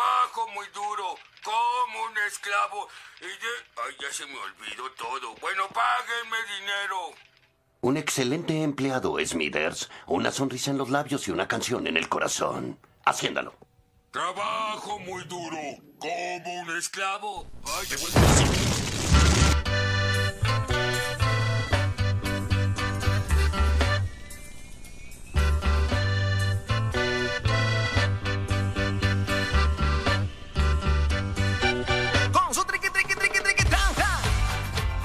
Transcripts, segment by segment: trabajo muy duro, como un esclavo, y de... Ay, ya se me olvidó todo. Bueno, páguenme dinero. Un excelente empleado, Smithers. Una sonrisa en los labios y una canción en el corazón. Haciéndalo. Trabajo muy duro, como un esclavo. Ay, ya- Con su triqui, triqui, triqui, triqui, tranja.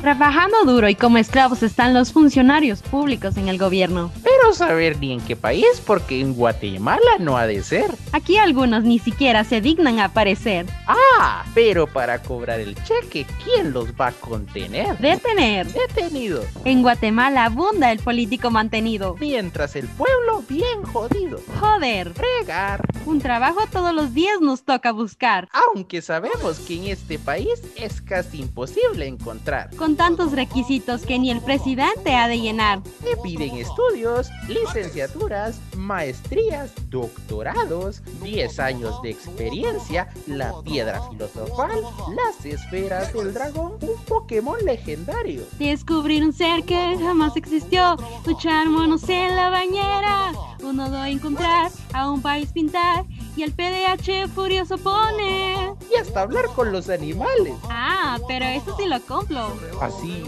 Trabajando duro y como esclavos están los funcionarios públicos en el gobierno. Pero saber ni en qué país, porque en Guatemala no ha de ser. Aquí algunos ni siquiera se dignan a aparecer. Ah, pero para cobrar el cheque, ¿quién los va a contener? Detener. Detenidos. En Guatemala abunda el político mantenido. Mientras el pueblo bien jodido. Joder, Fregar. un trabajo todos los días nos toca buscar. Aunque sabemos que en este país es casi imposible encontrar. Con tantos requisitos que ni el presidente ha de llenar. Te piden estudios, licenciaturas, maestrías, doctorados, 10 años de experiencia, la piedra filosofal, las esferas del dragón, un Pokémon legendario. Descubrir un ser que jamás existió. Luchar monos en la bañera. Un nodo encontrar, a un país pintar. Y el PDH furioso pone. Y hasta hablar con los animales. Ah, pero eso sí lo cumplo. Así,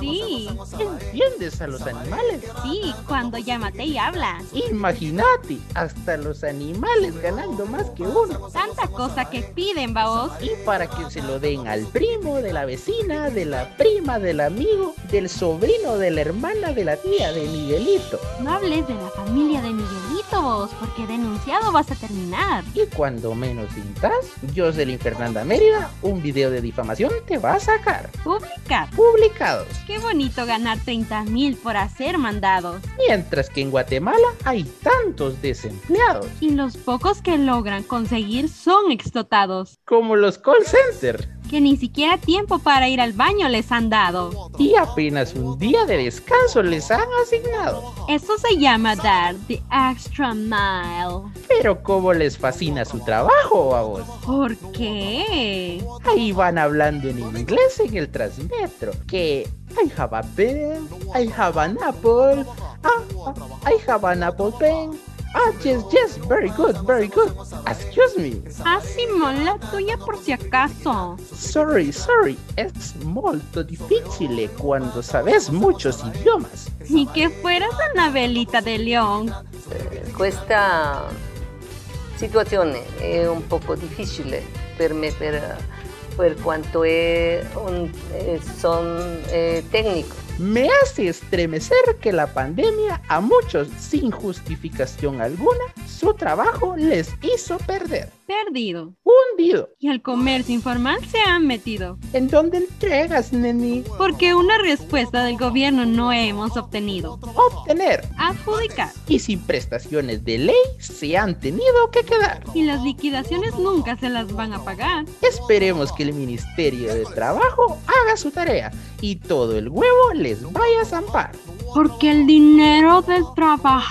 Sí, ¿entiendes a los animales? sí, cuando llámate y habla. Imagínate, hasta los animales ganando más que uno. Tanta cosa que piden, vaos. Y para que se lo den al primo, de la vecina, de la prima, del amigo, del sobrino, de la hermana, de la tía, de Miguelito. No hables de la familia de Miguelito, vos, porque denunciado vas a terminar. Y cuando menos sintas, Jocelyn Fernanda Mérida, un video de difamación te va a sacar. Publicar. Publicados. Qué bonito ganar 30 mil por hacer mandados. Mientras que en Guatemala hay tantos desempleados, Y los pocos que logran conseguir son explotados. como los call centers. Que ni siquiera tiempo para ir al baño les han dado. Y apenas un día de descanso les han asignado. Eso se llama dar the extra mile. Pero como les fascina su trabajo a vos. ¿Por qué? Ahí van hablando en inglés en el transmetro. Que I have a pen, I have an apple, ah, ah, I have an apple pen. Ah, yes, yes, very good, very good. Excuse me. Ah, Simón, la tuya por si acaso. Sorry, sorry. Es molto difficile cuando sabes muchos idiomas. Ni que fueras Anabelita de León. Questa situazione è un poco difficile per me per, per quanto è un eh, son eh, tecnico. Me hace estremecer que la pandemia a muchos, sin justificación alguna, su trabajo les hizo perder. Perdido. Hundido. Y al comercio informal se han metido. ¿En dónde entregas, neni? Porque una respuesta del gobierno no hemos obtenido. Obtener. Adjudicar. Y sin prestaciones de ley se han tenido que quedar. Y las liquidaciones nunca se las van a pagar. Esperemos que el Ministerio de Trabajo haga su tarea y todo el huevo les vaya a zampar. Porque el dinero del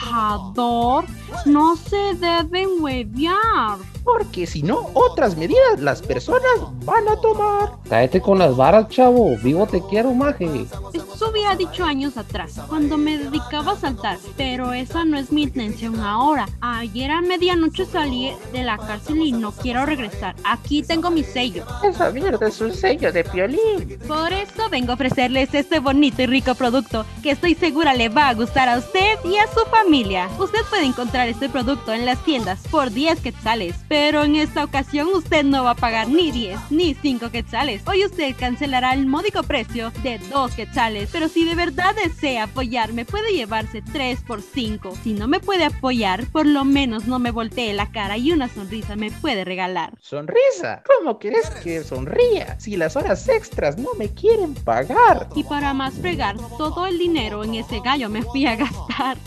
trabajador no se debe hueviar. Porque si no, otras medidas las personas van a tomar. Cállate con las varas, chavo. Vivo te quiero, maje. Eso hubiera dicho años atrás, cuando me dedicaba a saltar, pero esa no es mi intención ahora. Ayer a medianoche salí de la cárcel y no quiero regresar. Aquí tengo mi sello. Esa mierda es un sello de piolín. Por eso vengo a ofrecerles este bonito y rico producto que estoy segura le va a gustar a usted y a su familia. Usted puede encontrar este producto en las tiendas por 10 quetzales, pero en esta ocasión usted no va a pagar ni 10 ni 5 quetzales. Hoy usted cancelará el módico precio de 2 quetzales, pero si de verdad desea apoyarme puede llevarse 3 por 5. Si no me puede apoyar, por lo menos no me voltee la cara y una sonrisa me puede regalar. Sonrisa. ¿Cómo querés que sonría si las horas extras no me quieren pagar? Y para más fregar, todo el dinero en ese gallo me fui a gastar.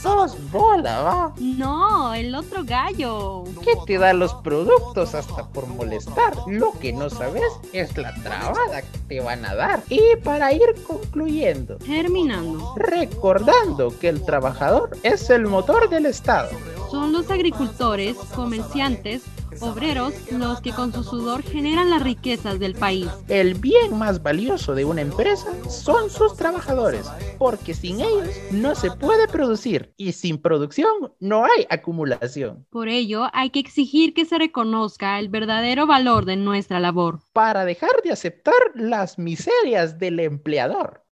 Sos bola, va. No, el otro gallo. ¿Qué te dan los productos hasta por molestar? Lo que no sabes es la trabada que te van a dar. Y para ir concluyendo, Terminando, recordando que el trabajador es el motor del Estado. son los agricultores, comerciantes, obreros los que con su sudor generan las riquezas del país. El bien más valioso de una empresa son sus trabajadores, porque sin ellos no se puede producir y sin producción no hay acumulación. Por ello, hay que exigir que se reconozca el verdadero valor de nuestra labor. Para dejar de aceptar las miserias del empleador.